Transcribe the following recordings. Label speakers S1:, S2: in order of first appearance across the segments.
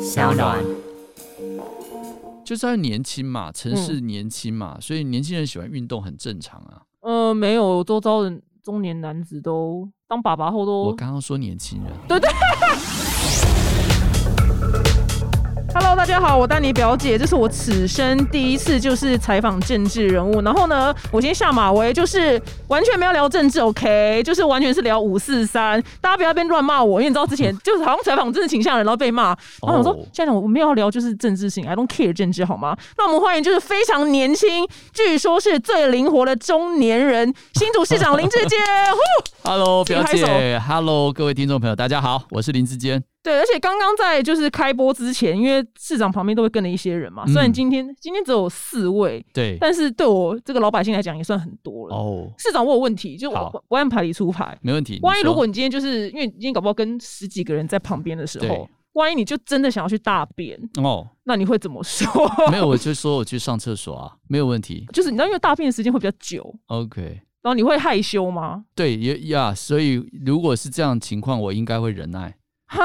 S1: 小暖。
S2: 就是要年轻嘛，
S3: 嗯
S2: 城市年轻嘛，所以年轻人喜欢运动很正常啊。
S3: 呃，没有，我周遭的中年男子都当爸爸后
S2: 我
S3: 都。
S2: 刚刚说年轻人，
S3: Hello，大家好，我丹尼表姐，这是我此生第一次就是采访政治人物。然后呢，我今天下马威，就是完全没有聊政治，OK，就是完全是聊五四三，大家不要在那边乱骂我，因为你知道之前就是好像采访政治倾向的人，然后被骂，然后我说
S2: 哦
S3: 现在我没有要聊就是政治性，I don't care 政治好吗？那我们欢迎就是非常年轻，据说是最灵活的中年人，新竹市长 林志坚。呼
S2: Hello
S3: 自己
S2: 表
S3: 拍手
S2: 姐，Hello 各位听众朋友，大家好，我是林志坚。
S3: 对，而且刚刚在就是开播之前，因为市长旁边都会跟了一些人嘛，
S2: 嗯
S3: 虽然今天今天只有四位，
S2: 对，
S3: 但是对我这个老百姓来讲也算很多了。
S2: 哦，
S3: 市长，我有问题，就
S2: 好
S3: 我我按牌理出牌。
S2: 没问题。
S3: 万一
S2: 你说
S3: 如果你今天就是因为你今天搞不好跟十几个人在旁边的时候
S2: 对，
S3: 万一你就真的想要去大便，
S2: 哦，
S3: 那你会怎么说？
S2: 没有，我就说我去上厕所啊，没有问题。
S3: 就是你知道，因为大便的时间会比较久，
S2: OK，
S3: 然后你会害羞吗？
S2: 对，也呀，所以如果是这样情况，我应该会忍耐。
S3: 哈，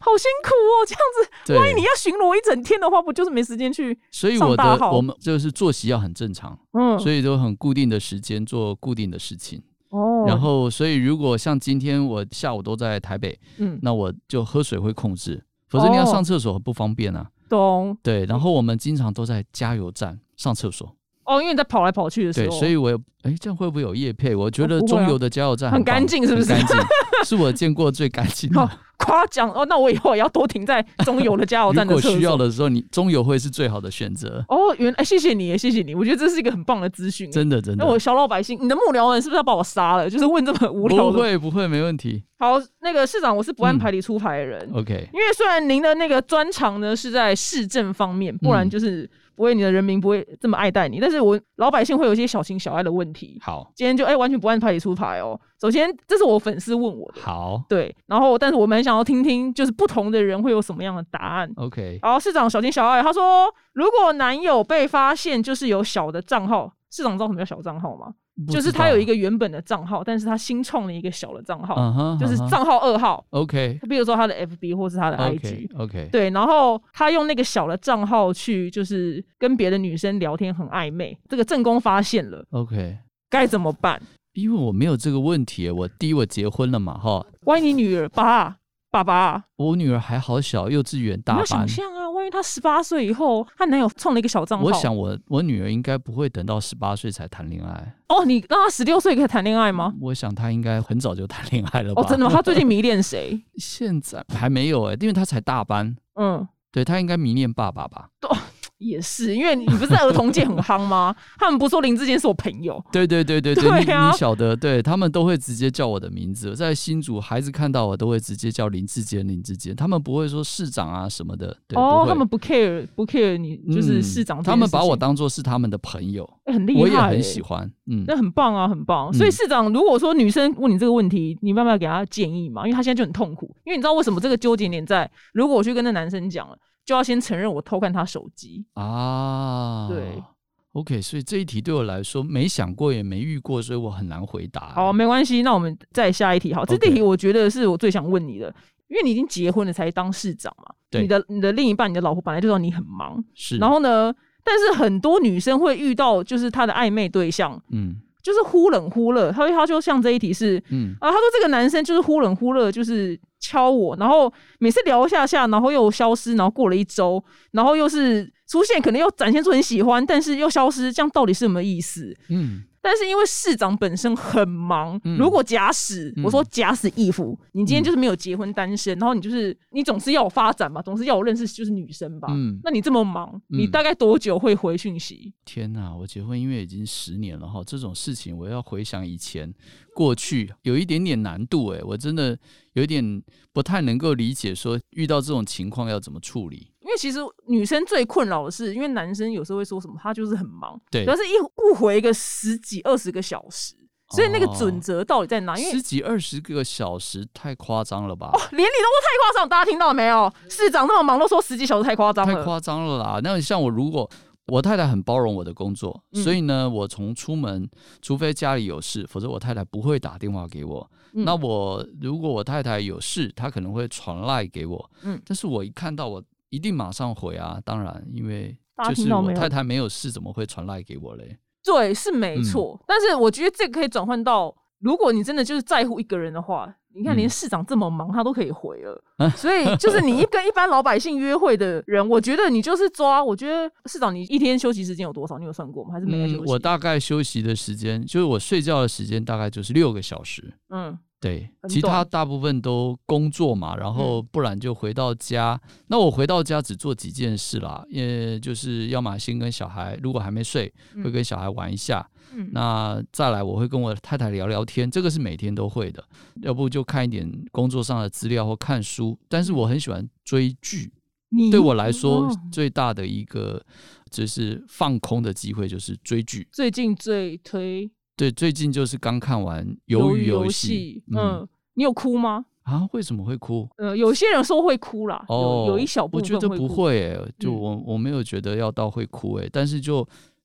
S3: 好辛苦哦，这样子，
S2: 对，
S3: 万一你要巡逻一整天的话，不就是没时间去？
S2: 所以
S3: 上
S2: 我
S3: 大
S2: 的
S3: 号
S2: 我们就是作息要很正常，
S3: 嗯，
S2: 所以都很固定的时间做固定的事情。
S3: 哦
S2: 然后，所以如果像今天我下午都在台北，
S3: 嗯，
S2: 那我就喝水会控制，否则你要
S3: 哦
S2: 上厕所很不方便啊。
S3: 懂
S2: 对，然后我们经常都在加油站上厕所，
S3: 哦，因为你在跑来跑去的时
S2: 对，
S3: 候，
S2: 所以我哎，这样会不会有夜配？我觉得
S3: 不会
S2: 中
S3: 啊
S2: 油的加油站
S3: 很
S2: 棒
S3: 干净是不
S2: 很
S3: 是
S2: 干净， 是我见过最干净
S3: 哦
S2: 的。
S3: 夸奖哦，那我以后也要多停在中油的加油
S2: 如
S3: 站的
S2: 果
S3: 厕所。
S2: 需要的时候，你中油会是最好的选择，
S3: 哦，原来、谢谢你，谢谢你，我觉得这是一个很棒的资讯。
S2: 真的真
S3: 嗯那我
S2: 的。
S3: 小老百姓，你的幕僚人是不是要把我杀了？就是问这么无聊
S2: 不
S3: 的。
S2: 会不会，没问题。
S3: 好，那个市长，我是不按
S2: 嗯
S3: 牌理出牌的人，
S2: OK，
S3: 因为虽然您的那个专长呢是在市政方面，不然
S2: 嗯
S3: 就是不会你的人民不会这么爱戴你，但是我老百姓会有一些小情小爱的问题。
S2: 好，
S3: 今天就哎、完全不按牌理出牌哦。首先，这是我粉丝问我的，
S2: 好
S3: 对，然后但是我们很想要听听，就是不同的人会有什么样的答案。
S2: ，OK，
S3: 然后市长小情小爱，他说如果男友被发现就是有小的账号，市长知道什么叫小账号吗？就是他有一
S2: 个，
S3: 个原本的账号，但是他新创了一个小的账号，
S2: 嗯哼，
S3: 就是
S2: 嗯哼
S3: 账号二号，
S2: OK
S3: 比如说他的 FB 或是他的 IG。
S2: OK OK，
S3: 对，然后他用那个小的账号去，就是跟别的女生聊天，很暧昧。这个正宫发现了，
S2: OK，
S3: 该怎么办？
S2: 因为我没有这个问题，我第一我结婚了嘛哈，
S3: 万一你女儿爸爸爸，
S2: 我女儿还好小，幼稚园
S3: 你
S2: 大
S3: 要
S2: 班
S3: 想。象啊，万一她十八岁以后，她男友创了一个小账号，
S2: 我想我我女儿应该不会等到十八岁才谈恋爱，
S3: 哦，你让她十六岁可以谈恋爱吗？
S2: 我想她应该很早就谈恋爱了吧？
S3: 啊哦，真的吗？她最近迷 恋谁？
S2: 现在还没有哎、因为她才大班，
S3: 嗯，
S2: 对她应该迷恋爸爸吧？
S3: 也是，因为你不是在儿童界很 夯吗？他们不说林志坚是我朋友，
S2: 对对对对对，
S3: 哦对啊
S2: 你你晓得，对他们都会直接叫我的名字，在新竹孩子看到我都会直接叫林志坚林志坚，他们不会说市长啊什么的，对，
S3: 哦
S2: 不，会
S3: 他们不 care 不 care 你就是市长
S2: 嗯
S3: 这件事情、
S2: 他们把我当做是他们的朋友，
S3: 欸、很厉害、
S2: 我也很喜。欢，嗯，
S3: 那很棒啊，很棒！所以
S2: 嗯
S3: 市长，如果说女生问你这个问题，你慢慢给她建议嘛，因为她现在就很痛苦。因为你知道为什么这个纠结点在？如果我去跟那男生讲了，就要先承认我偷看他手机。
S2: 啊，
S3: 对
S2: ，OK，所以这一题对我来说没想过也没遇过，所以我很难回答。
S3: 好，没关系，那我们再下一题。好，这
S2: OK
S3: 这题我觉得是我最想问你的，因为你已经结婚了才当市长嘛，
S2: 对
S3: 你的你的另一半，你的老婆本来就知道你很忙，
S2: 是，
S3: 然后呢，但是很多女生会遇到就是她的暧昧对象，
S2: 嗯
S3: 就是忽冷忽热。她她就像这一题是
S2: 嗯，
S3: 啊，她说这个男生就是忽冷忽热，就是敲我，然后每次聊一下下，然后又消失，然后过了一周，然后又是出现，可能又展现出很喜欢，但是又消失，这样到底是什么意思？
S2: 嗯
S3: 但是因为市长本身很忙，
S2: 嗯
S3: 如果假使、
S2: 嗯
S3: 我说假使义父，你今天就是没有结婚单身，然后你就是你总是要有发展嘛，总是要我认识就是女生吧。
S2: 嗯
S3: 那你这么忙，
S2: 嗯
S3: 你大概多久会回讯息？
S2: 天哪，我结婚因为已经十年了哈，这种事情我要回想以前过去，有一点点难度哎，我真的有一点不太能够理解，说遇到这种情况要怎么处理。
S3: 因为其实女生最困扰的是，因为男生有时候会说什么，他就是很忙，
S2: 对
S3: 主要，是一误回一个十几二十个小时，所以那个
S2: 哦
S3: 准则到底在哪？因为哦
S2: 十几二十个小时太夸张了吧？
S3: 连你都太夸张，大家听到了没有？市长那么忙都说十几小时太夸张
S2: 太
S3: 了，
S2: 夸张了啦！那像我，如果我太太很包容我的工作，
S3: 嗯
S2: 所以呢，我从出门，除非家里有事，否则我太太不会打电话给我。
S3: 嗯
S2: 那我如果我太太有事，她可能会传赖给我。
S3: 嗯
S2: 但是我一看到我一定马上回啊，当然，因为
S3: 大家
S2: 就
S3: 听
S2: 是
S3: 到
S2: 我
S3: 没有
S2: 太太没有事，怎么会传赖给我嘞？
S3: 对，是
S2: 嗯
S3: 没错。但是我觉得这个可以转换到，如果你真的就是在乎一个人的话，你看
S2: 嗯
S3: 连市长这么忙，他都可以回 了。所以就是你一跟一般老百姓约会的人，我觉得你就是抓。我觉得市长你一天休息时间有多少？你有算过吗？还是没在休
S2: 嗯，
S3: 息？
S2: 我大概休息的时间，就是我睡觉的时间，大概就是六个小时。
S3: 嗯
S2: 对，
S3: 很
S2: 其他
S3: 短
S2: 大部分都工作嘛，然后不然就回到家。那我回到家只做几件事啦，呃，就是要么先跟小孩，如果还没睡，会
S3: 嗯
S2: 跟小孩玩一下。
S3: 嗯
S2: 那再来，我会跟我太太聊聊天，这个是每天都会的。要不就看一点工作上的资料或看书，但是我很喜欢追剧。
S3: 你
S2: 对我来说
S3: 哦，
S2: 最大的一个就是放空的机会就是追剧。
S3: 最近最推
S2: 对，最近就是刚看完《
S3: 鱿
S2: 鱿鱼游
S3: 戏
S2: 戏》，，嗯
S3: 嗯，你有哭吗？
S2: 啊，为什么会哭？
S3: 呃，有些人说会哭啦，
S2: 哦，
S3: 有有一小部
S2: 我
S3: 分
S2: 觉得
S3: 会
S2: 不
S3: 哭，
S2: 会诶，就
S3: 嗯
S2: 我我没有觉得要到会哭诶，但是就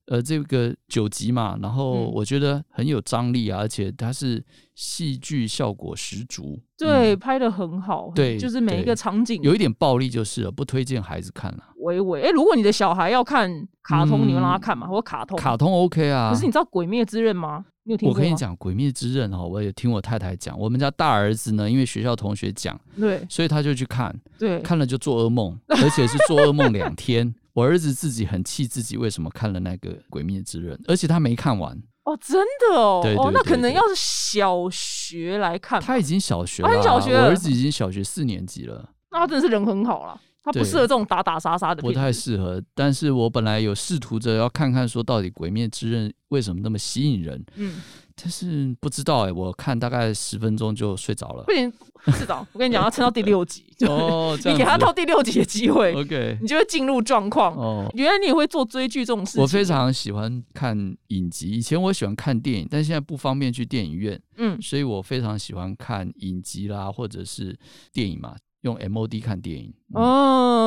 S2: 呃这个九集嘛，然后
S3: 嗯
S2: 我觉得很有张力啊，而且它是戏剧效果十足，
S3: 对，
S2: 嗯
S3: 拍的很好，
S2: 对
S3: 就是每一个
S2: 对
S3: 场景
S2: 有一点暴力就是了，不推荐孩子看了。
S3: 微微。哎、如果你的小孩要看卡通，你会让他
S2: 嗯
S3: 看吗？或者卡通？
S2: 卡通 OK 啊，
S3: 哦可是你知道《鬼灭之刃》吗？你有听
S2: 我
S3: 过吗？
S2: 跟你讲，《鬼灭之刃》哈，我也听我太太讲，我们家大儿子呢，因为学校同学讲，
S3: 对
S2: 所以他就去看，
S3: 对，
S2: 看了就做噩 梦，而且是做噩梦两天。我儿子自己很气自己为什么看了那个《鬼灭之刃》，而且他没看完，
S3: 哦，真的哦，
S2: 对对
S3: 哦，那
S2: 对
S3: 可能
S2: 对
S3: 要是小学来看 吧，
S2: 他已经小学
S3: 啊
S2: 了啊，
S3: 你小学
S2: 我
S3: 了
S2: 儿子已经小学四年级了，
S3: 那他真的是人很好啦，他不
S2: 对
S3: 适合这种打打杀杀的
S2: 不
S3: 片。
S2: 太适合。但是我本来有试图着要看看说到底《鬼灭之刃》为什么那么吸引人，
S3: 嗯，
S2: 但是不知道哎、我看大概十分钟就睡着了
S3: 不。行，市长，我跟你讲，要撑到第六集，就
S2: 哦，这样
S3: 你给他
S2: 子
S3: 到第六集的机会，
S2: OK
S3: 你就会进入状 况。
S2: 哦。
S3: 原来你也会做追剧这种事情，
S2: 我非常喜欢看影集，以前我喜欢看电影，但现在不方便去电影院，
S3: 嗯
S2: 所以我非常喜欢看影集啦，或者是电影嘛，用 MOD 看电影。嗯、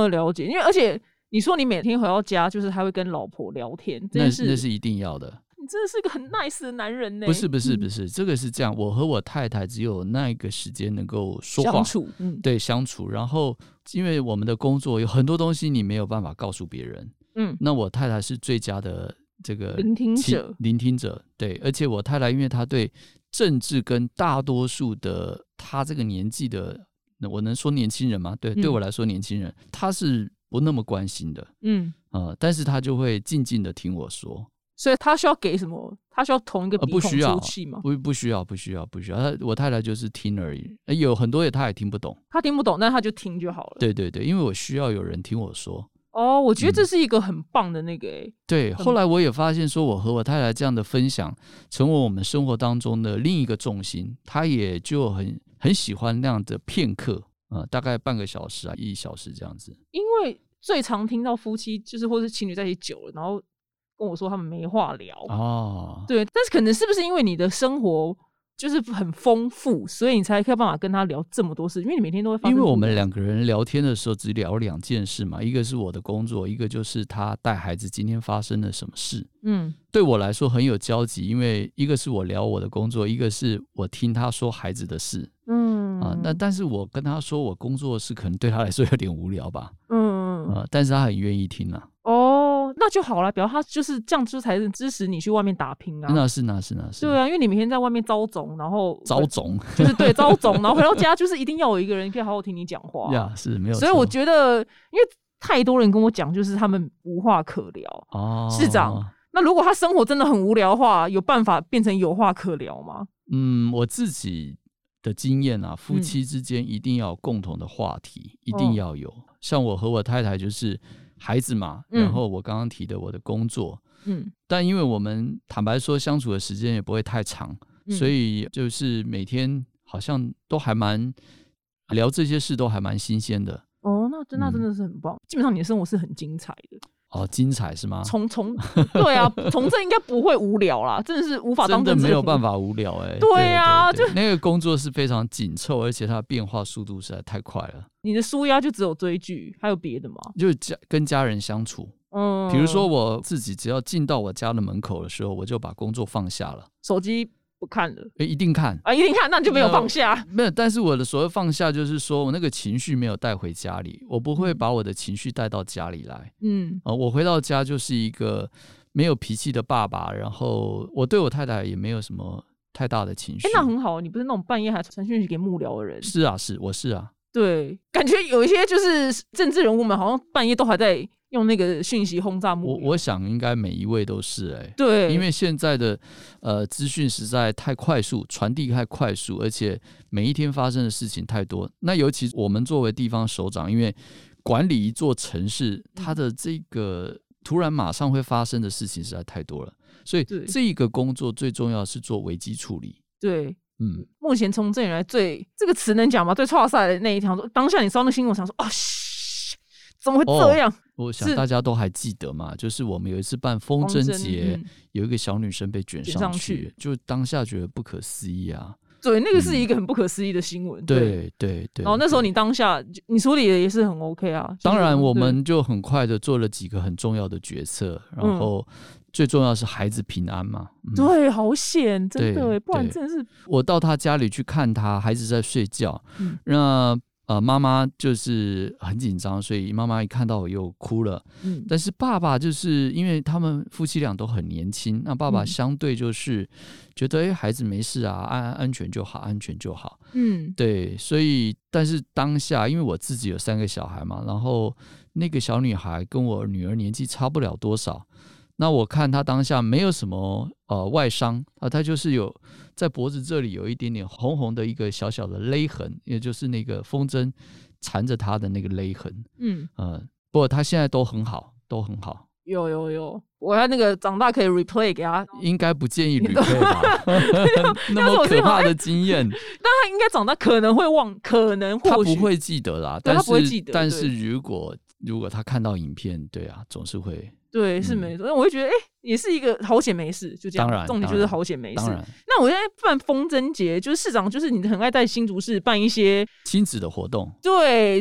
S3: 哦，了解。因为而且你说你每天回到家，就是还会跟老婆聊天，这
S2: 那
S3: 件
S2: 是
S3: 事，
S2: 那是一定要的。
S3: 你真的是个很 nice 的男人呢。
S2: 不是不是
S3: 嗯
S2: 不是，这个是这样，我和我太太只有那个时间能够说话
S3: 相，处，嗯
S2: 对相处。然后，因为我们的工作有很多东西你没有办法告诉别人，
S3: 嗯，
S2: 那我太太是最佳的这个
S3: 聆听
S2: 其
S3: 者
S2: 聆听者对，而且我太太因为她对政治跟大多数的她这个年纪的，那我能说年轻人吗？对，对
S3: 嗯
S2: 我来说年轻人，她是不那么关心的，
S3: 嗯，
S2: 呃，但是她就会静静的听我说，
S3: 所以他需要给什么？他需要同一个
S2: 呃
S3: 鼻
S2: 不
S3: 孔
S2: 需要
S3: 出气吗？
S2: 不不需要，不需要，不需要，她我太太就是听而已，呃有很多也她也听不懂，
S3: 他听不懂，但他就听就好了。
S2: 对对对，因为我需要有人听我说。
S3: 哦，我觉得
S2: 嗯
S3: 这是一个很棒的那个欸诶，
S2: 对，
S3: 很
S2: 后来我也发现，说我和我太太这样的分享，成为我们生活当中的另一个重心。她也就很很喜欢那样的片刻，呃，大概半个小时啊，一小时这样子。
S3: 因为最常听到夫妻就是或是情侣在一起久了，然后跟我说他们没话聊，
S2: 哦，
S3: 对，但是可能是不是因为你的生活就是很丰富，所以你才有办法跟他聊这么多事？因为你每天都会发生
S2: 因
S3: 不
S2: 为
S3: 一样，
S2: 我们两个人聊天的时候只聊两件事嘛，一个是我的工作，一个就是她带孩子今天发生了什么事。
S3: 嗯
S2: 对我来说很有交集，因为一个是我聊我的工作，一个是我听她说孩子的事
S3: 嗯
S2: 啊、那但是我跟她说我工作的事，可能对她来说有点无聊吧。
S3: 嗯
S2: 呃，但是他很愿意听啊啦、
S3: 哦，那就好了，表示他就是这样，就才能支持你去外面打拼啊。
S2: 那是那是那是，
S3: 对，啊，因为你每天在外面遭总，然后
S2: 招总
S3: 就是对遭总，然后回到家就是一定要有一个人可以好好听你讲 话。
S2: 呀，是没有错。
S3: 所以我觉得，因为太多人跟我讲，就是他们无话可聊。
S2: 哦，
S3: 市长，那如果他生活真的很无聊的话，有办法变成有话可聊吗？
S2: 嗯，我自己的经验啊，夫
S3: 嗯
S2: 妻之间一定要有共同的话题，一
S3: 哦
S2: 定要有。像我和我太太就是孩子嘛，
S3: 嗯
S2: 然后我刚刚提的我的工作，
S3: 嗯，
S2: 但因为我们坦白说相处的时间也不会太长，
S3: 嗯
S2: 所以就是每天好像都还蛮聊这些事，都还蛮新鲜的。
S3: 哦，那真那真
S2: 嗯
S3: 的是很棒。基本上你的生活是很精彩的，
S2: 哦，精彩是吗？
S3: 从从对啊，从政应该不会无聊啦，真的是无法当
S2: 真的没有办
S3: 法。
S2: 法无聊哎、
S3: 对啊
S2: 对对那个工作是非常紧凑，而且它的变化速度实在太快了。
S3: 你的舒压就只有追剧，还有别的吗？
S2: 就是家跟家人相处，
S3: 嗯，
S2: 比如说我自己只要进到我家的门口的时候，我就把工作放下了。
S3: 手机不不看了
S2: 诶一定看。
S3: 啊，一定看，那你就没有 放下。
S2: 没有，但是我的所谓放下，就是说我那个情绪没有带回家里，我不会把我的情绪带到家里来。
S3: 嗯
S2: 呃，我回到家就是一个没有脾气的爸爸，然后我对我太太也没有什么太大的情绪
S3: 哎、。那很好，你不是那种半夜还传讯息给幕僚的人，
S2: 是啊，是我是啊，
S3: 对，感觉有一些就是政治人物们好像半夜都还在用那个讯息轰炸幕
S2: 我
S3: 僚，
S2: 我想应该每一位都是哎、
S3: 对，
S2: 因为现在的呃资讯实在太快速，传递太快速，而且每一天发生的事情太多。那尤其我们作为地方首长，因为管理一座城市，它
S3: 嗯
S2: 的这个突然马上会发生的事情实在太多了，所以
S3: 对
S2: 这一个工作最重要是做危机处理。
S3: 对。
S2: 嗯，
S3: 目前从政以来最这个词能讲吗？最差赛的那一条，说当下你烧那个新闻，我想说哦，嘘怎么会
S2: 哦
S3: 这样？
S2: 我想
S3: 是
S2: 大家都还记得嘛，就是我们有一次办风
S3: 风
S2: 筝
S3: 筝
S2: 节，
S3: 嗯
S2: 有一个小女生被卷
S3: 卷
S2: 上
S3: 上去
S2: 就当下觉得不可思议啊。
S3: 对，那个是
S2: 嗯
S3: 一个很不可思议的新闻。
S2: 对对对。
S3: 然哦后那时候
S2: 对
S3: 你当下就你处理的也是很 OK 啊。就是
S2: 当然，我
S3: 对
S2: 们嗯就很快的做了几个很重要的决策，
S3: 嗯
S2: 然后最重要是孩子平安嘛。嗯、
S3: 对好险，真的
S2: 对
S3: 欸，不然
S2: 对
S3: 真的是
S2: 我到他家里去看他，孩子在睡觉，
S3: 嗯
S2: 那呃妈妈就是很紧张，所以妈妈一看到我又哭了。
S3: 嗯
S2: 但是爸爸就是因为他们夫妻俩都很年轻，那爸爸
S3: 嗯
S2: 相对就是觉得哎、诶孩子没事啊，安安安全就好，安全就好。
S3: 嗯
S2: 对，所以但是当下，因为我自己有三个小孩嘛，然后那个小女孩跟我女儿年纪差不了多少，那我看她当下没有什么呃外伤啊，她就是有在脖子这里有一点点红红的一个小小的勒痕，也就是那个风筝缠着她的那个勒痕，
S3: 嗯，
S2: 呃，不过她现在都很好，都很好，
S3: 有有有，我要那个长大可以 replay 给他，
S2: 应该不建议旅客吧，
S3: 啊
S2: 那么可怕的经 验。
S3: 他应该长大可能会忘，可能
S2: 他
S3: 或
S2: 不
S3: 许
S2: 会记得啦，
S3: 对
S2: 但
S3: 他
S2: 是
S3: 不会记得
S2: 但
S3: 对
S2: 是如果如果他看到影片，对啊，总是会，
S3: 对是
S2: 嗯
S3: 没错，但我会觉得哎、也是一个好险没事，就这样。
S2: 当然
S3: 重点
S2: 当
S3: 就是
S2: 然
S3: 好险没
S2: 当
S3: 事。
S2: 然
S3: 那我现在办风筝节，就是市长，就是你很爱带新竹市办一些，
S2: 亲子的活动，
S3: 对，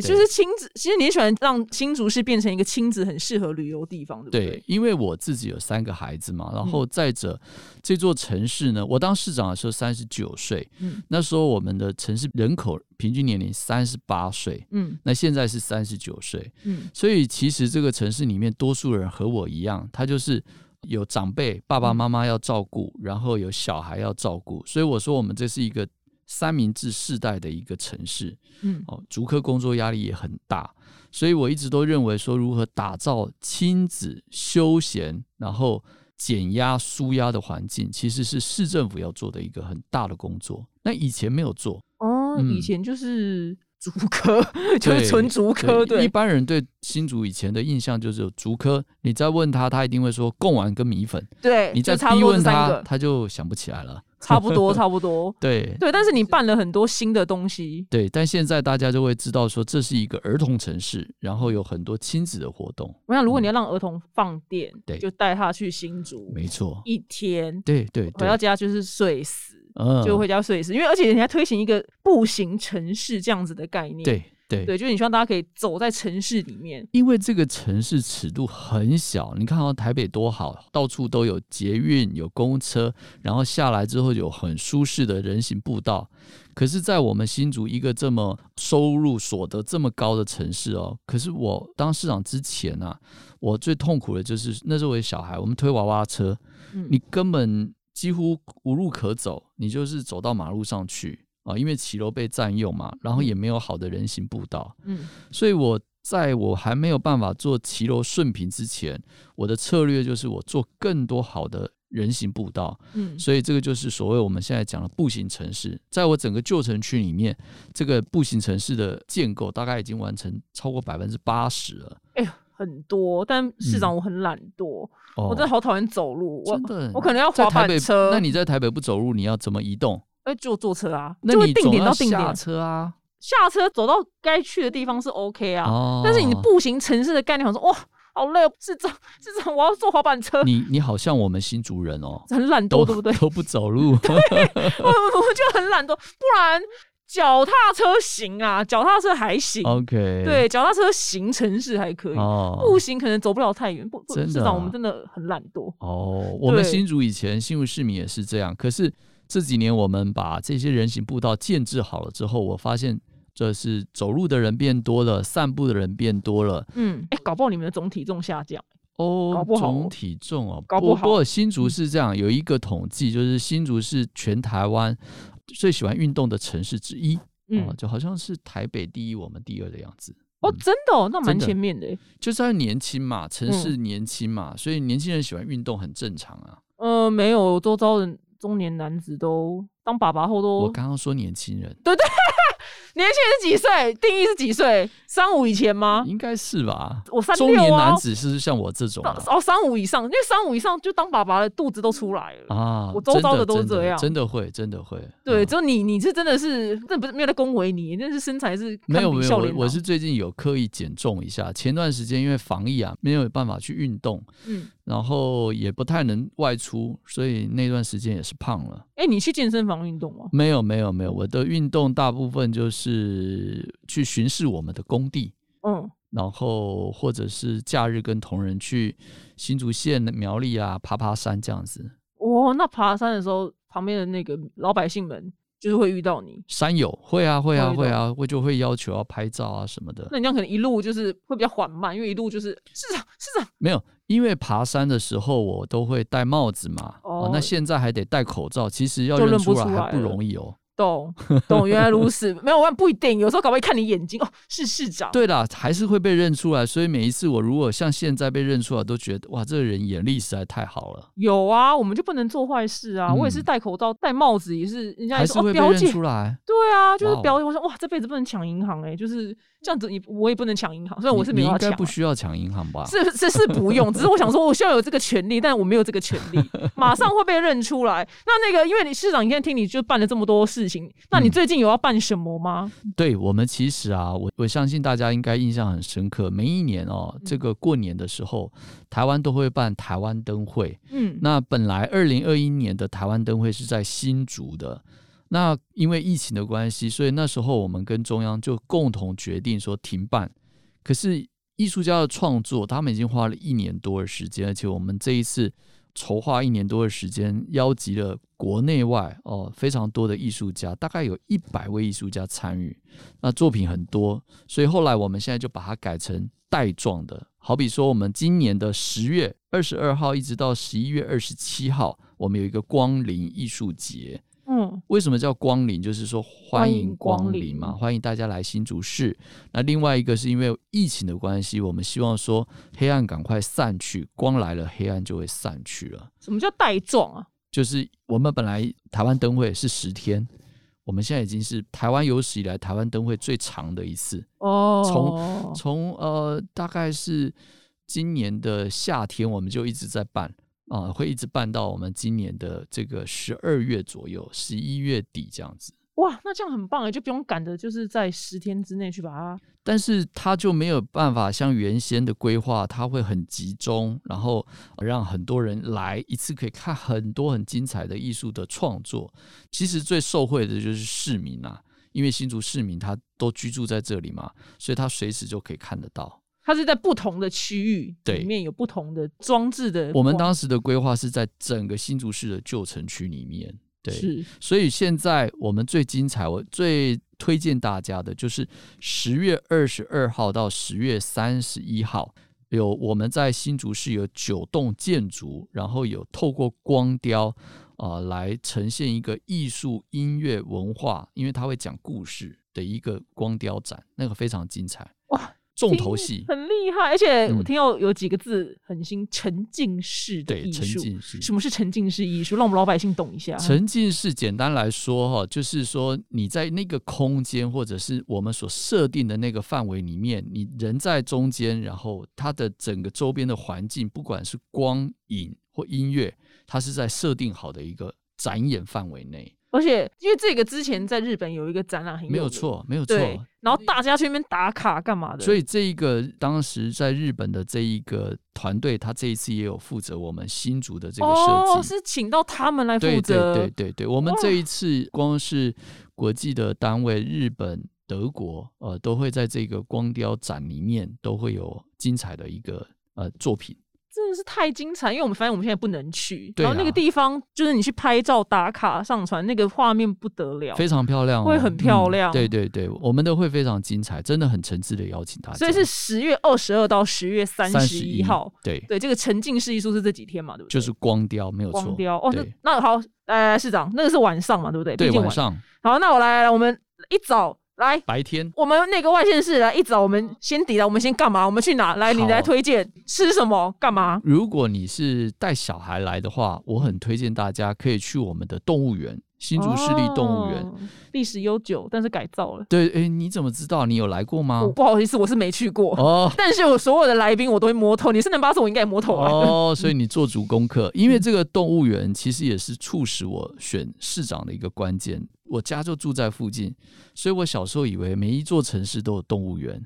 S2: 对
S3: 就是亲子。其实你也喜欢让新竹市变成一个亲子很适合旅游地方，对不对？嗯
S2: 对，因为我自己有三个孩子嘛，然后再者，这座城市呢，我当市长的时候三十九岁，
S3: 嗯
S2: 那时候我们的城市人口平均年龄三十八岁，
S3: 嗯
S2: 那现在是三十九岁，
S3: 嗯
S2: 所以其实这个城市里面多数人和我一样，他就是有长辈爸爸妈妈要照顾，然后有小孩要照顾，所以我说我们这是一个三明治世代的一个城市
S3: 嗯
S2: 哦，逐科工作压力也很大，所以我一直都认为说如何打造亲子休闲，然后。减压、舒压的环境，其实是市政府要做的一个很大的工作。那以前没有做，
S3: 哦，
S2: 嗯
S3: 以前就是竹科， 就是纯竹科，
S2: 对，一
S3: 对，
S2: 般人对新竹以前的印象就是有竹科，你再问他，他一定会说贡丸跟米粉。
S3: 对，
S2: 你
S3: 哎就
S2: 再
S3: 差不
S2: 逼
S3: 多这
S2: 问
S3: 三
S2: 他，
S3: 个，
S2: 他就想不起来了。
S3: 差 不多，差不多。
S2: 对
S3: 对，但是你办了很多新的东西，
S2: 对，但现在大家就会知道说这是一个儿童城市，然后有很多亲子的活动。
S3: 我想如果你要让儿童放电，
S2: 嗯对
S3: 就带他去新竹
S2: 没错，
S3: 一天，
S2: 对对
S3: 回到
S2: 对，
S3: 家就是睡死。
S2: 嗯
S3: 就回家睡一次，因为而且人家推行一个步行城市这样子的概念，
S2: 对对。
S3: 对，就是你希望大家可以走在城市里面，
S2: 因为这个城市尺度很小，你看到、台北多好，到处都有捷运、有公车，然后下来之后有很舒适的人行步道。可是，在我们新竹一个这么收入所得这么高的城市哦，可是我当市长之前啊，我最痛苦的就是那时候我有小孩，我们推娃娃车，
S3: 嗯
S2: 你根本几乎无路可走，你就是走到马路上去啊，因为骑楼被占用嘛，然后也没有好的人行步道。
S3: 嗯
S2: 所以我在我还没有办法做骑楼顺平之前，我的策略就是我做更多好的人行步道。
S3: 嗯
S2: 所以这个就是所谓我们现在讲的步行城市。在我整个旧城区里面，这个步行城市的建构大概已经完成超过百分之八十了。
S3: 哎很多。但市长我很懒惰，
S2: 嗯哦
S3: 我真的好讨厌走路，我
S2: 真的
S3: 我可能要
S2: 嗯在
S3: 滑
S2: 台
S3: 板
S2: 北
S3: 车，
S2: 那你在台北不走路，你要怎么移动？
S3: 哎就坐车啊，
S2: 那
S3: 就会
S2: 你
S3: 定
S2: 总
S3: 点
S2: 要
S3: 到定
S2: 下
S3: 点
S2: 车啊。
S3: 下车走到该去的地方是 OK 啊，
S2: 哦
S3: 但是你的步行城市的概念，好像说哇好累，哦，市长市长我要坐滑板车，
S2: 你你好像我们新竹人哦，
S3: 很懒
S2: 都
S3: 惰，对不对？
S2: 都 不走路。
S3: 我我就很懒惰，不然脚踏车行啊，脚踏车还行。
S2: OK，
S3: 对，脚踏车行城市还可以，
S2: 哦，
S3: 步行可能走不了太远。不，不
S2: 真的
S3: 市长我们
S2: 啊
S3: 真的很懒惰。
S2: 哦，我们
S3: 对
S2: 新竹以前新竹市民也是这样，可是这几年我们把这些人行步道建制好了之后，我发现这是走路的人变多了，散步的人变多了。
S3: 嗯，哎、搞不好你们的总体重下降。搞
S2: 哦
S3: 不，好
S2: 总体重哦，
S3: 搞不好嗯
S2: 不过新竹是这样，有一个统计，就是新竹是全台湾最喜欢运动的城市之一。
S3: 嗯
S2: 哦，，就好像是台北第一，我们第二的样子。
S3: 哦，真的哦，那蛮
S2: 真的
S3: 前面的欸。
S2: 就是他年轻嘛，城
S3: 嗯
S2: 市年轻嘛，所以年轻人喜欢运动很正常啊。
S3: 呃，没有，我周遭的中年男子都当爸爸后
S2: 我
S3: 都，
S2: 刚刚说年轻人，
S3: 年轻人是几岁？定义是几岁？三五以前吗？
S2: 应该是吧？
S3: 我三
S2: 嗯中年
S3: 六啊
S2: 男，子是像我这种
S3: 到
S2: 啊，
S3: 哦，三五以上，因为三五以上就当爸爸的肚子都出来了。
S2: 啊
S3: 我周遭
S2: 真
S3: 的
S2: 的
S3: 都
S2: 真的
S3: 这样
S2: 真的会，真的会。
S3: 对，
S2: 嗯
S3: 就你，你是真的是，这不是没有在恭维你，那是身材是
S2: 没有
S3: 堪比
S2: 没有，
S3: 啊笑
S2: 我
S3: 脸
S2: 我
S3: 党
S2: 是最近有刻意减重一下。前段时间因为防疫啊，没有办法去运动，
S3: 嗯，
S2: 然后也不太能外出，所以那段时间也是胖了。
S3: 哎、你去健身房运动吗？
S2: 没有没有没有，我的运动大部分就是去巡视我们的工地，
S3: 嗯，
S2: 然后或者是假日跟同仁去新竹县的苗栗啊爬爬山这样子，
S3: 哇、那爬山的时候，旁边的那个老百姓们就是会遇到你，
S2: 山友会啊会啊
S3: 会
S2: 会
S3: 的
S2: 啊，我就会要求要拍照啊什么的
S3: 那。你这样可能一路就是会比较缓慢，因为一路就是市长市长，
S2: 没有，因为爬山的时候我都会戴帽子嘛，
S3: 哦
S2: 那现在还得戴口罩，其实要
S3: 就认
S2: 认出
S3: 不
S2: 来
S3: 出来
S2: 还不
S3: 了
S2: 容易哦。
S3: 懂懂，原来如此，没有，我不一定，有时候搞不好一看你眼睛，哦，是市长，
S2: 对啦，还是会被认出来，所以每一次我如果像现在被认出来，都觉得哇，这个人眼力实在太好了。有
S3: 有啊，我们就不能做坏事啊，我也是
S2: 嗯
S3: 戴口罩、戴帽子，也是人家
S2: 还
S3: 也
S2: 是
S3: 说哦，
S2: 会被
S3: 表
S2: 认
S3: 姐，
S2: 出来。
S3: 对啊，就是
S2: 哇哦
S3: 表姐，我说哇，这辈子不能抢银行哎、就是这样子你，我也不能抢银行，虽然我是
S2: 你
S3: 没
S2: 你
S3: 有
S2: 应
S3: 要抢
S2: 该
S3: 啊、
S2: 不需要抢银行吧？
S3: 是是是不用，只是我想说，我希望有这个权利，但我没有这个权 利，马上会被认出来。那那个，因为你市长，你现在听你就办了这么多事情，那你
S2: 嗯
S3: 最近有要办什么吗？
S2: 对我们其实啊，我我相信大家应该印象很深刻。每一年哦，
S3: 嗯
S2: 这个过年的时候，台湾都会办台湾灯会。
S3: 嗯，
S2: 那本来二零二一年的台湾灯会是在新竹的。那因为疫情的关系，所以那时候我们跟中央就共同决定说停办。可是艺术家的创作，他们已经花了一年多的时间，而且我们这一次筹划一年多的时间，邀集了国内外哦非常多的艺术家，大概有一百位艺术家参与，那作品很多，所以后来我们现在就把它改成带状的。好比说，我们今年的十月二十二号一直到十一月二十七号，我们有一个光临艺术节。
S3: 嗯，
S2: 为什么叫光临？就是说
S3: 欢
S2: 欢
S3: 迎
S2: 迎光
S3: 光临
S2: 临嘛，欢迎大家来新竹市。那另外一个是因为疫情的关系，我们希望说黑暗赶快散去，光来了黑暗就会散去了。
S3: 什么叫带状啊？
S2: 就是我们本来台湾灯会是十天，我们现在已经是台湾有史以来台湾灯会最长的一次，
S3: 哦，
S2: 从从呃大概是今年的夏天我们就一直在办啊、会一直办到我们今年的这个十二月左右，十一月底这样子。
S3: 哇，那这样很棒哎，就不用赶着就是在十天之内去把它。
S2: 但是它就没有办法像原先的规划，它会很集中，然后让很多人来一次可以看很多很精彩的艺术的创作。其实最受惠的就是市民啊，因为新竹市民他都居住在这里嘛，所以他随时就可以看得到。
S3: 它是在不同的区域
S2: 对
S3: 里面有不同的装置的光。
S2: 我们当时的规划是在整个新竹市的旧城区里面，对，
S3: 是
S2: 所以现在我们最精彩，我最推荐大家的就是十月二十二号到十月三十一号，有我们在新竹市有九栋建筑，然后有透过光雕啊、呃来呈现一个艺术、音乐、文化，因为它会讲故事的一个光雕展，那个非常精彩
S3: 哇，
S2: 重头戏
S3: 听。很厉害，而且我
S2: 嗯
S3: 听到有几个字很新，沉浸式的
S2: 对，
S3: 艺
S2: 沉
S3: 术。
S2: 浸式
S3: 什么是沉浸式艺术？让我们老百姓懂一下。
S2: 沉浸式简单来说哈，就是说你在那个空间或者是我们所设定的那个范围里面，你人在中间，然后它的整个周边的环境，不管是光影或音乐，它是在设定好的一个展演范围内，
S3: 而且因为这个之前在日本有一个展览很
S2: 没有
S3: 名，
S2: 错，没有错。
S3: 对，然后大家去那边打卡干嘛的？
S2: 所以这一个当时在日本的这一个团队，他这一次也有负责我们新竹的这个设计。
S3: 哦，是请到他们来
S2: 对
S3: 负
S2: 对
S3: 责。
S2: 对对对，我们
S3: 哇
S2: 这一次光是国际的单位，日本、德国，呃，都会在这个光雕展里面都会有精彩的一个呃作品。
S3: 真的是太精彩，因为我们发现我们现在不能去，
S2: 对啊
S3: 然后那个地方就是你去拍照打卡上传，那个画面不得了。
S2: 非常漂亮、哦，
S3: 会很漂亮
S2: 嗯对对对，我们的会非常精彩，真的很诚挚的邀请大家。
S3: 所以是十月二十二到十月三十一
S2: 31
S3: 号，，
S2: 对，
S3: 对，这个沉浸式艺术是这几天嘛，对不对？
S2: 就是光雕，没有错。
S3: 光雕哦，那
S2: 对
S3: 那好，呃，市长，那个是晚上嘛，对不对？
S2: 对，
S3: 毕竟
S2: 晚。上
S3: 好，那我来，来我们一早来，
S2: 白天
S3: 我们那个外县市来一早，我们先抵达，我们先干嘛？我们去哪？来，你
S2: 好
S3: 来推荐吃什么？干嘛？
S2: 如果你是带小孩来的话，我很推荐大家可以去我们的动物园——新竹市立动物园。
S3: 哦历史悠久，但是改造了。
S2: 对，哎，你怎么知道？你有来过吗
S3: 我？不好意思，我是没去过。
S2: 哦
S3: 但是我所有的来宾我都会摸透，你是能巴斯，我应该也嗯摸透啊。
S2: 哦， 所以你做足功课，因为这个动物园其实也是促使我选市长的一个关键。我家就住在附近，所以我小时候以为每一座城市都有动物园。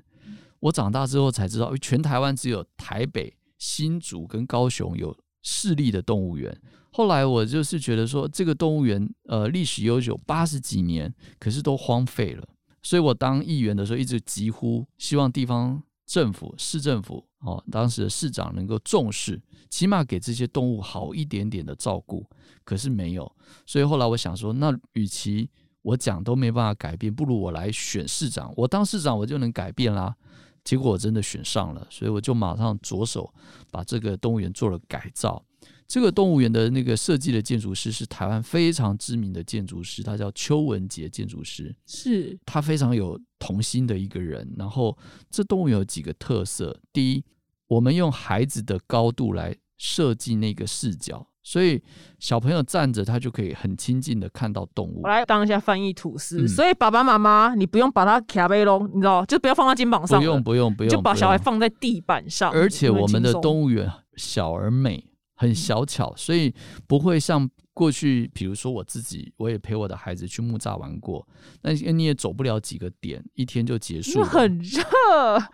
S2: 我长大之后才知道，诶全台湾只有台北、新竹跟高雄有市立的动物园。后来我就是觉得说，这个动物园呃历史悠久，八十几年，可是都荒废了。所以我当议员的时候，一直疾呼，希望地方政府、市政府哦，当时的市长能够重视，起码给这些动物好一点点的照顾。可是没有，所以后来我想说，那与其我讲都没办法改变，不如我来选市长。我当市长，我就能改变啦。结果我真的选上了，所以我就马上着手把这个动物园做了改造。这个动物园的那个设计的建筑师是台湾非常知名的建筑师，他叫邱文杰建筑师。
S3: 是
S2: 他非常有童心的一个人。然后这动物园有几个特色：第一，我们用孩子的高度来设计那个视角，所以小朋友站着他就可以很亲近的看到动物
S3: 我。来当一下翻译吐司，
S2: 嗯
S3: 所以爸爸妈妈你不用把它卡背喽，你知道，就不要放到肩膀上，
S2: 不用不用不用，
S3: 就把
S2: 不
S3: 小孩
S2: 用
S3: 放在地板上。
S2: 而且我们的
S3: 物
S2: 动物园小而美，
S3: 嗯
S2: 很小巧，所以不会像过去，比如说我自己，我也陪我的孩子去木栅玩过，那你也走不了几个点，一天就结
S3: 因
S2: 束
S3: 为
S2: 了。
S3: 很热，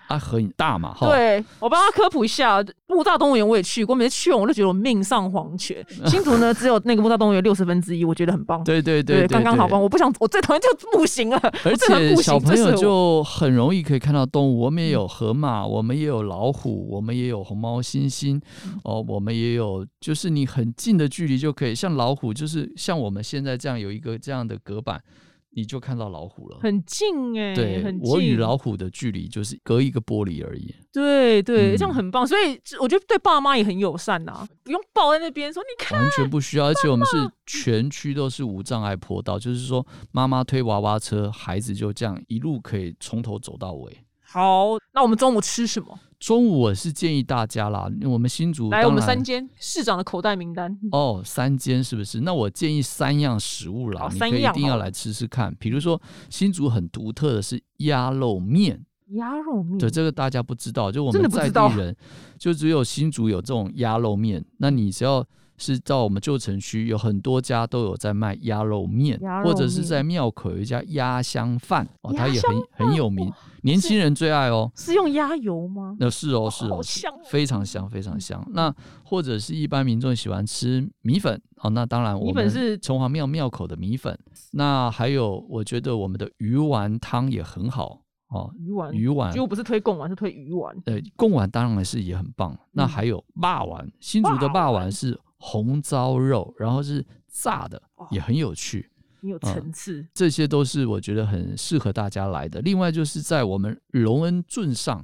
S2: 啊，很大嘛，哈。
S3: 对我帮他科普一下，木栅动物园我也去过，每次去完我都觉得我命丧黄泉。 新竹呢，只有那个木栅动物园六十分之一，我觉得很棒，
S2: 对对对对，
S3: 刚刚好
S2: 对
S3: 棒。我不想，我最讨厌就步行了，
S2: 而
S3: 我最讨厌
S2: 且
S3: 步行
S2: 小朋
S3: 最适
S2: 友
S3: 合我嗯
S2: 就很容易可以看到动物，我们也有河马，我们也有老虎，我们也有红毛猩猩，
S3: 嗯
S2: 哦，我们也有，就是你很近的距离就可以，像老虎，就是像我们现在这样有一个这样的隔板，你就看到老虎了。
S3: 很近哎、
S2: 对
S3: 很，近。
S2: 我与老虎的距离就是隔一个玻璃而已。
S3: 对对，
S2: 嗯
S3: 这样很棒，所以这我觉得对爸妈也很友善呐、不用抱在那边说你看，
S2: 完全不需要，而且我们是全区都是无障碍坡道，就是说妈妈推娃娃车，孩子就这样一路可以从头走到尾。
S3: 好，那我们中午吃什么？
S2: 中午我是建议大家啦，我们新竹
S3: 来，我们
S2: 当然
S3: 三间市长的口袋名单，
S2: 哦，三间是不是？那我建议三样食物啦，
S3: 好
S2: 你
S3: 哦三
S2: 可以一
S3: 样
S2: 定
S3: 好
S2: 要
S3: 了
S2: 来吃吃看。比如说新竹很独特的是鸭肉面，
S3: 鸭肉面，
S2: 对这个大家不知道，就我
S3: 嗯真的
S2: 们
S3: 不
S2: 在
S3: 知道
S2: 地人就只有新竹有这种鸭肉面。那你只要是到我们旧城区，有很多家都有在卖鸭肉面，
S3: 鸭
S2: 或
S3: 肉
S2: 者是
S3: 面
S2: 在庙口有一家鸭香饭哦，它
S3: 鸭
S2: 也
S3: 香
S2: 很很有名
S3: 哇，
S2: 年
S3: 是
S2: 轻人最爱哦。
S3: 是用鸭油吗？
S2: 那是哦，是
S3: 好
S2: 哦，是
S3: 香哦
S2: 非常香，非常香。那或者是一般民众喜欢吃米粉哦，那当然我
S3: 米粉
S2: 们
S3: 是
S2: 城隍庙庙口的米粉。那还有，我觉得我们的鱼丸汤也很好哦，
S3: 鱼丸，
S2: 鱼丸
S3: 结。果不是推贡丸，是推鱼丸，
S2: 呃，贡丸当然是也很棒。
S3: 嗯
S2: 那还有霸丸，新竹的霸丸是红糟肉，然后是炸的
S3: 哦，
S2: 也很有趣。
S3: 很有层次。
S2: 这些都是我觉得很适合大家来的。另外就是在我们隆恩镇上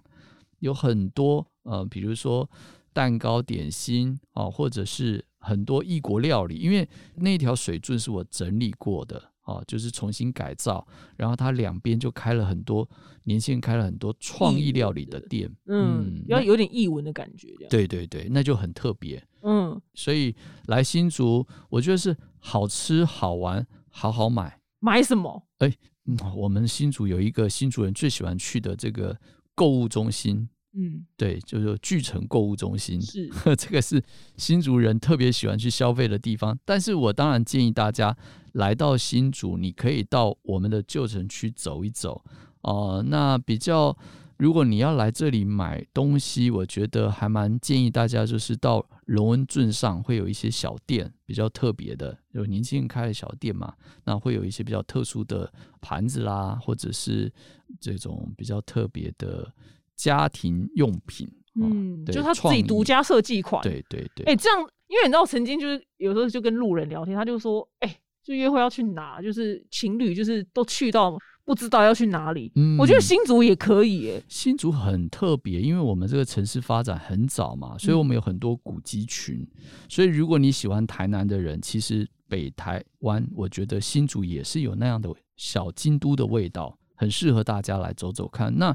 S2: 有很多呃，比如说蛋糕、点心啊、或者是很多异国料理，因为那条水圳是我整理过的。啊，就是重新改造，然后它两边就开了很多，年限开了很多创意料理的店。
S3: 嗯，
S2: 那
S3: 要有点译文的感觉，这样。，
S2: 对对对，那就很特别。
S3: 嗯，
S2: 所以来新竹，我觉得是好吃、好玩、好好买。
S3: 买什么？
S2: 嗯，我们新竹有一个新竹人最喜欢去的这个购物中心，
S3: 嗯，
S2: 对，就是巨城购物中心。
S3: 是
S2: 这个是新竹人特别喜欢去消费的地方，但是我当然建议大家来到新竹，你可以到我们的旧城区走一走。哦、那比较，如果你要来这里买东西，我觉得还蛮建议大家就是到龙恩镇上会有一些小店比较特别的，有年轻人开的小店嘛，那会有一些比较特殊的盘子啦，或者是这种比较特别的家庭用品哦
S3: 嗯，
S2: 对
S3: 就是他自
S2: 创
S3: 己
S2: 意
S3: 独家设计款。，
S2: 对对对，
S3: 哎、这样，因为你知道，曾经就是有时候就跟路人聊天，他就说，哎、就约会要去哪，就是情侣就是都去到不知道要去哪里。
S2: 嗯
S3: 我觉得新竹也可以、哎，
S2: 新竹很特别，因为我们这个城市发展很早嘛，所以我们有很多古迹群。所以如果你喜欢台南的人，其实北台湾，我觉得新竹也是有那样的小京都的味道，很适合大家来走走看。那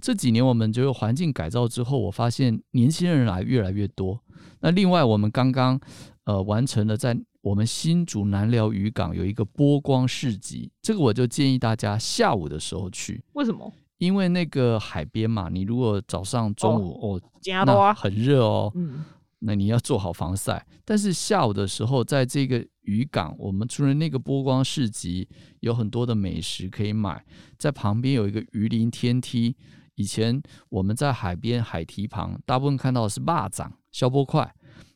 S2: 这几年我们就是环境改造之后，我发现年轻人来越来越多。那另外，我们刚刚呃完成了在我们新竹南寮渔港有一个波光市集，这个我就建议大家下午的时候去，
S3: 为什么？
S2: 因为那个海边嘛，你如果早上、中午哦，
S3: 加多
S2: 那
S3: 啊，
S2: 很热哦，
S3: 嗯，
S2: 那你要做好防晒。但是下午的时候，在这个渔港，我们除了那个波光市集有很多的美食可以买，在旁边有一个鱼鳞天梯。以前我们在海边海堤旁，大部分看到的是蚂蚱、消波块，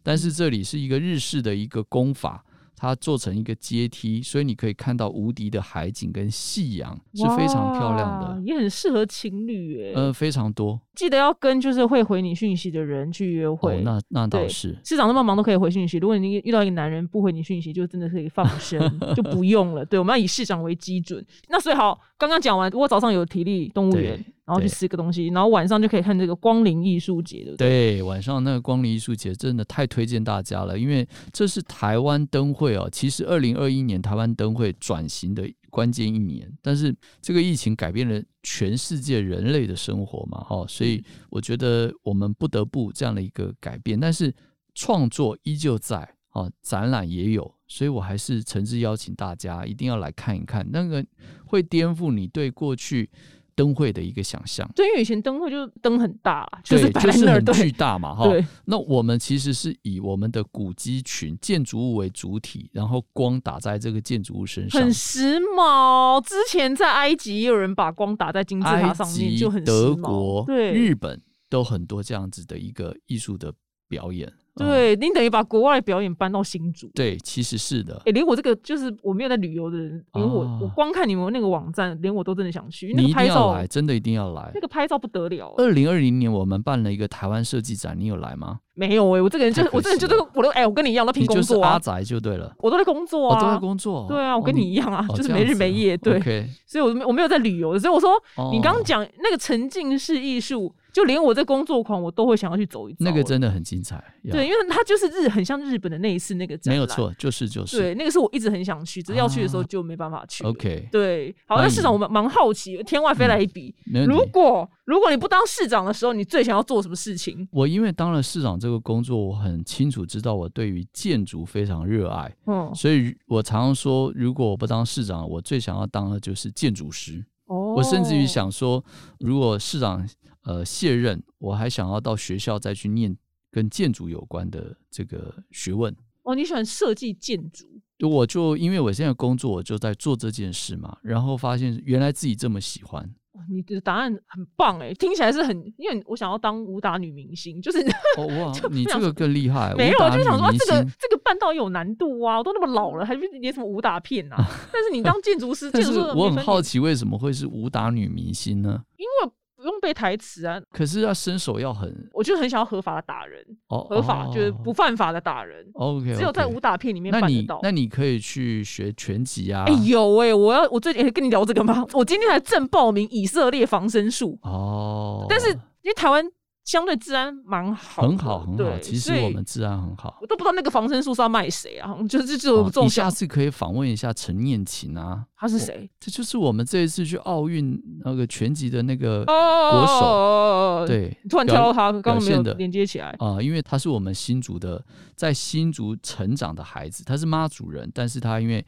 S2: 但是这里是一个日式的一个工法，它做成一个阶梯，所以你可以看到无敌的海景跟夕阳，是非常漂亮
S3: 哇
S2: 的。
S3: 也很适合情侣、哎、
S2: 呃，非常多，
S3: 记得要跟就是会回你讯息的人去约会。
S2: 哦，那那倒
S3: 对
S2: 是，
S3: 市长那么忙都可以回讯息，如果你遇到一个男人不回你讯息，就真的可以放生， 就不用了。对，我们要以市长为基准。那所以好，刚刚讲完，我早上有体力动物园
S2: 对，
S3: 然后去
S2: 对
S3: 吃个东西，然后晚上就可以看这个光临艺术节，对不对？
S2: 对，晚上那个光临艺术节真的太推荐大家了，因为这是台湾灯会哦。其实二零二一年台湾灯会转型的关键一年，但是这个疫情改变了全世界人类的生活嘛，哈、哦，所以
S3: 嗯
S2: 我觉得我们不得不这样的一个改变，但是创作依旧在哦，展览也有，所以我还是诚挚邀请大家一定要来看一看，那个会颠覆你对过去灯会的一个想象。
S3: 对，因为以前灯会就灯很大，就
S2: 对，
S3: 是摆在那儿，
S2: 很巨
S3: 对
S2: 大嘛，哈。
S3: 对，
S2: 那我们其实是以我们的古迹群建筑物为主体，然后光打在这个建筑物身上。
S3: 很时髦。之前在埃及也有人把光打在金字
S2: 埃
S3: 塔上面，
S2: 及、
S3: 就很时
S2: 德
S3: 髦。
S2: 国、
S3: 对。
S2: 日本都很多这样子的一个艺术的表演。嗯
S3: 对，你等于把国外的表演搬到新竹，
S2: 对，其实是的
S3: 哎、。连我这个就是我没有在旅游的人，连我、我
S2: 啊
S3: 光看你们那个网站，连我都真的想去。那
S2: 你
S3: 个
S2: 一定
S3: 拍
S2: 要
S3: 照，
S2: 来，呃真的一定要来
S3: 那。个拍照不得了、
S2: 二零二零年我们办了一个台湾设计展，你有来吗？
S3: 没有哎、我这个人就是
S2: 太可
S3: 我这个人就
S2: 惜
S3: 是
S2: 了
S3: 我都哎、我跟你一样都拼
S2: 你
S3: 工
S2: 就是
S3: 作啊
S2: 阿，宅就对了。
S3: 我都在工作
S2: 我
S3: 啊，
S2: 都在工作。
S3: 对啊，
S2: 哦
S3: 我跟你一样啊，
S2: 哦
S3: 就是
S2: 这
S3: 没
S2: 样
S3: 日
S2: 子
S3: 没
S2: 哦
S3: 夜，对
S2: OK，
S3: 所以我没我没有在旅游，所以我说、
S2: 哦
S3: 你刚刚讲那个沉浸式艺术，就连我这工作狂，我都会想要去走一走。欸
S2: 那个真的很精彩。呀
S3: 对，因为它就是日很像日本的那一次那个展
S2: 没有
S3: 览，
S2: 错，就是就是。
S3: 对，那个是我一直很想去，只是要去的时候
S2: 啊
S3: 就没办法去了。
S2: OK，
S3: 对，好，那
S2: 欢
S3: 市长，
S2: 迎
S3: 我们蛮好奇，天外
S2: 嗯
S3: 飞来一笔。
S2: 没问题。
S3: 如果如果你不当市长的时候，你最想要做什么事情？
S2: 我因为当了市长这个工作，我很清楚知道我对于建筑非常热爱，
S3: 嗯，
S2: 所以我常常说，如果我不当市长，我最想要当的就是建筑师。
S3: 哦
S2: 我甚至于，想说，如果市长呃卸任，我还想要到学校再去念跟建筑有关的这个学问。
S3: 哦，你喜欢设计建筑，
S2: 就我就因为我现在工作，我就在做这件事嘛，然后发现原来自己这么喜欢，
S3: 哇你的答案很棒哎，听起来是很，因为我想要当武打女明星，就是
S2: 哦哇
S3: 就，
S2: 你
S3: 不想
S2: 这个更厉害，
S3: 没有，
S2: 武
S3: 我
S2: 打
S3: 就想说啊
S2: 女明
S3: 这个
S2: 星
S3: 这个办到有难度啊，我都那么老了，还去演什么武打片 啊？但是你当建 筑师，
S2: 但
S3: 建筑
S2: 是
S3: 师
S2: 我
S3: 没
S2: 很
S3: 分
S2: 好
S3: 你，
S2: 奇，为什么会是武打女明星呢？
S3: 因为不用背台词啊，
S2: 可是要身手要很
S3: 我就很想要合法的打人，
S2: 哦，
S3: 合法就是
S2: 哦
S3: 不犯法的打人，
S2: OK，
S3: 只有在
S2: OK
S3: 武打片里面
S2: 那
S3: 办得
S2: 你
S3: 到。
S2: 那你可以去学拳击啊。
S3: 哎、有哎、我要我最近、哎跟你聊这个吗？我今天才正报名以色列防身术，
S2: 哦，
S3: 但是因为台湾相对治安蛮好的，
S2: 很好很好，
S3: 对
S2: 其实
S3: 所以
S2: 我们治安很好。
S3: 我都不知道那个防身术是要卖谁啊，好像就是就是
S2: 哦
S3: 有这种
S2: 你下
S3: 想，
S2: 次可以访问一下陈念琴啊，
S3: 他是谁？
S2: 这就是我们这一次去奥运那个拳击的那个
S3: 哦哦
S2: 国手
S3: 哦，哦，哦哦
S2: 对
S3: 你突然
S2: 表
S3: 跳到他，
S2: 表
S3: 刚刚没有
S2: 现的
S3: 连接起来。
S2: 啊、因为他是我们新竹的，在新竹成长的孩子，他是妈祖人，但是他因为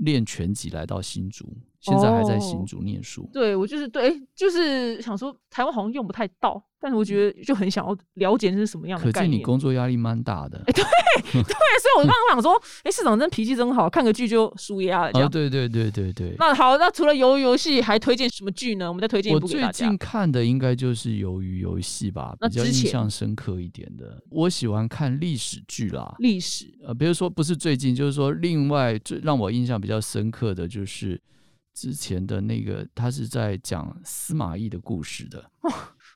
S2: 练拳击来到新竹，现在还在
S3: 哦
S2: 新竹念书。
S3: 对，我就是对，哎就是想说台湾好像用不太到，但是我觉得就很想要了解这是什么样的
S2: 可
S3: 概
S2: 见
S3: 念。
S2: 你工作压力蛮大的。
S3: 对，所以我刚刚想说，哎、市长真脾气真好，看个剧就舒压了这
S2: 哦，
S3: 样。
S2: 对对对对对。
S3: 啊那好，那除了鱿鱼游戏，还推荐什么剧呢？我们再推荐一
S2: 我
S3: 部给
S2: 最
S3: 大家
S2: 近。看的应该就是《鱿鱼游戏》吧，
S3: 那
S2: 比较
S3: 之
S2: 印
S3: 前
S2: 象深刻一点的。我喜欢看历史剧啦，
S3: 历史
S2: 呃，比如说不是最近，就是说另外最让我印象比较深刻的就是之前的那个，他是在讲司马懿的故事的。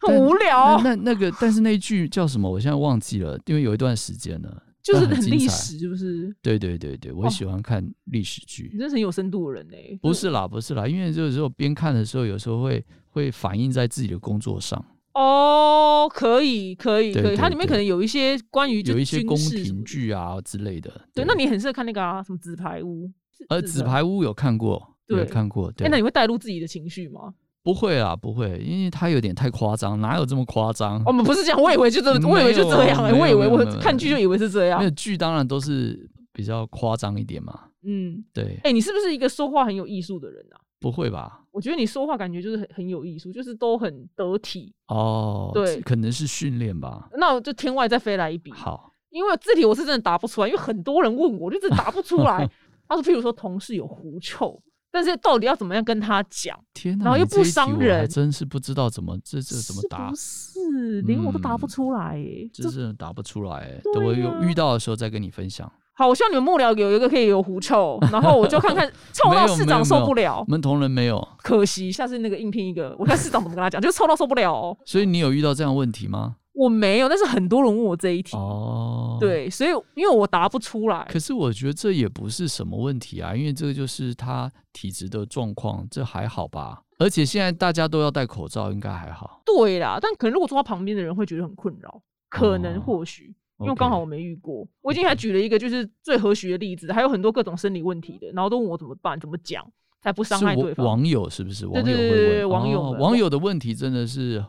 S3: 很无聊，
S2: 那那那个，但是那一句叫什么？我现在忘记了，因为有一段时间了。
S3: 就是
S2: 但很
S3: 很
S2: 精
S3: 历
S2: 彩
S3: 史，是不是？
S2: 对对对对，我
S3: 哦
S2: 喜欢看历史剧。
S3: 你真是很有深度的人哎、
S2: 不是啦，不是啦，因为就是说边看的时候，有时候会会反映在自己的工作上，
S3: 哦，可以，可以，
S2: 对
S3: 可以，
S2: 对
S3: 它里面可
S2: 对
S3: 能有一些关于就
S2: 有一些
S3: 军
S2: 宫
S3: 事什么
S2: 廷
S3: 的。
S2: 剧啊之类的。
S3: 对，那你很适合看那个啊，什么纸牌屋。是
S2: 呃，
S3: 是
S2: 纸
S3: 的。
S2: 牌屋有看过，有
S3: 对
S2: 看过，
S3: 哎、那
S2: 对，
S3: 你会带入自己的情绪吗？
S2: 不会啦，不会，因为它有点太夸张，哪有这么夸张？
S3: 我哦们不是这样，我以为就这，我以为就
S2: 嗯没有
S3: 这样、哎，
S2: 没
S3: 我以
S2: 有
S3: 为
S2: 没有没
S3: 我
S2: 有
S3: 看剧就以为是这样
S2: 那。剧当然都是比较夸张一点嘛，
S3: 嗯，
S2: 对
S3: 哎、，你是不是一个说话很有艺术的人啊？
S2: 不会吧？
S3: 我觉得你说话感觉就是很很有艺术，就是都很得体。
S2: 哦，
S3: 对
S2: 这可能是训练吧。
S3: 那我就天外再飞来一笔，
S2: 好，
S3: 因为字体我是真的答不出来，因为很多人问我，我就真的答不出 来。他说，譬如说同事有狐臭，但是到底要怎么样跟他讲？
S2: 天哪，
S3: 然后
S2: 你
S3: 又
S2: 这
S3: 不
S2: 一题
S3: 伤
S2: 我还
S3: 人
S2: 真是不知道怎么这这怎么答
S3: 是不，是连我都答不
S2: 嗯
S3: 出来耶、
S2: 这
S3: 这
S2: 是答不出来、欸。
S3: 对
S2: 等我有
S3: 呀
S2: 遇到的时候再跟你分享。
S3: 好，我希望你们幕僚有一个可以有狐臭，然后我就 看看臭
S2: 没
S3: 到
S2: 有
S3: 市
S2: 没有
S3: 长
S2: 没
S3: 受
S2: 有
S3: 不了
S2: 我，们同仁没有，
S3: 可惜下次那个应聘一个，我看市长怎么跟他讲，就是臭到受不了、哦。
S2: 所以你有遇到这样的问题吗？
S3: 我没有，但是很多人问我这一题，
S2: 哦，。
S3: 对，所以因为我答不出来，
S2: 可是我觉得这也不是什么问题啊，因为这个就是他体质的状况，这还好吧。而且现在大家都要戴口罩，应该还好。
S3: 对啦，但可能如果坐在旁边的人会觉得很困扰，可能
S2: 哦
S3: 或许。因为刚好我
S2: OK
S3: 没遇过，我已经还举了一个就是最和谐的例子，还有很多各种生理问题的，然后都问我怎么办、怎么讲才不伤害
S2: 是
S3: 对
S2: 我
S3: 方。
S2: 网友是不是？网
S3: 对
S2: 友
S3: 对
S2: 会
S3: 对
S2: 问
S3: 对对网友
S2: 哦
S3: 们
S2: 网友的问题真的是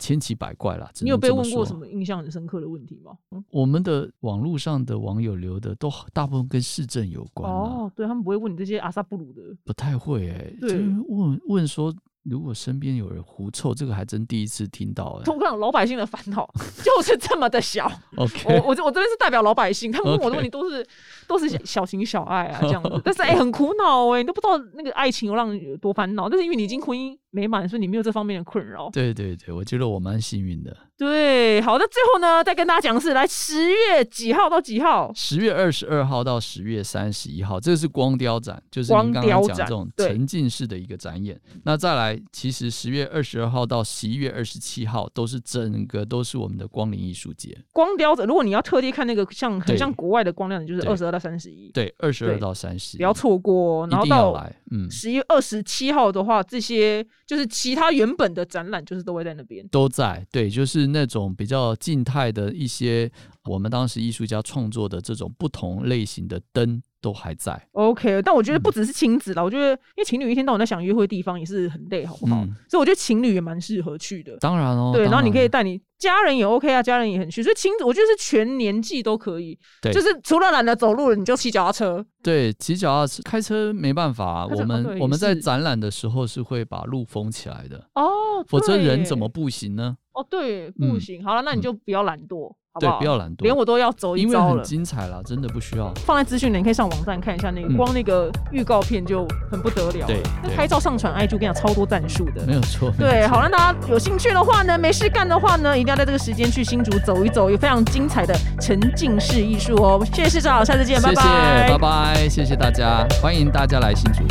S2: 千奇百怪啦。只
S3: 你有
S2: 能
S3: 被
S2: 这么
S3: 问
S2: 说
S3: 过什？么印象很深刻的问题吗？嗯
S2: 我们的网络上的网友留的都大部分跟市政有关啊
S3: 哦，对他们不会问你这些阿萨 布鲁的，
S2: 不太会哎、欸。
S3: 对
S2: 这问问说，如果身边有人狐臭，这个还真第一次听到哎、
S3: 我跟你讲，老百姓的烦恼 就是这么的小。我
S2: OK，
S3: 我这我这边是代表老百姓，他们问我
S2: OK
S3: 的问题都是都是小小情小爱啊这 样子，但是哎、很苦恼哎、你都不知道那个爱情有让你有多烦恼。但是因为你已经婚姻美满，所以你没有这方面的困扰。
S2: 对对对，我觉得我蛮幸运的。
S3: 对，好，那最后呢，再跟大家讲的是，来十月几号到几号？
S2: 十月二十二号到十月三十一号，这是光雕展，就是
S3: 光
S2: 您刚
S3: 雕
S2: 刚讲
S3: 展
S2: 这种
S3: 对
S2: 沉浸式的一个展演。那再来，其实十月二十二号到十一月二十七号都是整个都是我们的光临艺术节，
S3: 光雕展，如果你要特地看那个像很
S2: 对
S3: 像国外的光雕展，就是
S2: 对
S3: 二十二到三十一，
S2: 对，二十
S3: 对
S2: 二到三十，
S3: 不要错过哦。
S2: 一
S3: 然后
S2: 定要
S3: 到
S2: 来，嗯，
S3: 十一月二十七号的话，这些就是其他原本的展览，就是都会在那边。
S2: 都在，对，就是那种比较静态的一些我们当时艺术家创作的这种不同类型的灯都还在，
S3: OK，但我觉得
S2: 嗯
S3: 不只是亲子啦，我觉得因为情侣一天到晚在想约会的地方也是很累，好不好？
S2: 嗯
S3: 所以我觉得情侣也蛮适合去的。
S2: 当然哦，
S3: 对，然后你可以
S2: 带
S3: 带你家人也 OK 啊，家人也很去，所以亲子我觉得是全年纪都可以，
S2: 对
S3: 就是除了懒得走路了，你就骑脚踏车，
S2: 对骑脚踏车、开车没办法、
S3: 开车
S2: 我们、
S3: 哦对
S2: 我们在
S3: 是
S2: 展览的时候是会把路封起来的，
S3: 哦，
S2: 否则
S3: 对
S2: 人
S3: 耶
S2: 怎么步行呢？
S3: 哦对
S2: 嗯
S3: 不行，好了，那你就不要懒惰，好不
S2: 对
S3: 好？，
S2: 不要懒惰，
S3: 连我都要走一
S2: 因为
S3: 遭
S2: 很
S3: 了。
S2: 精彩啦，真的不需要。
S3: 放在资讯栏，你可以上网站看一下那个，
S2: 嗯
S3: 光那个预告片就很不得了了。
S2: 对
S3: 那
S2: 对
S3: 拍照上传 IG，我跟你讲超多赞数的。
S2: 没有错，没有
S3: 对，
S2: 错
S3: 好，让大家有兴趣的话呢，没事干的话呢，一定要在这个时间去新竹走一走，有非常精彩的沉浸式艺术哦。谢谢市长，下次见，
S2: 谢谢，
S3: 拜拜
S2: 拜拜，谢谢大家，欢迎大家来新竹。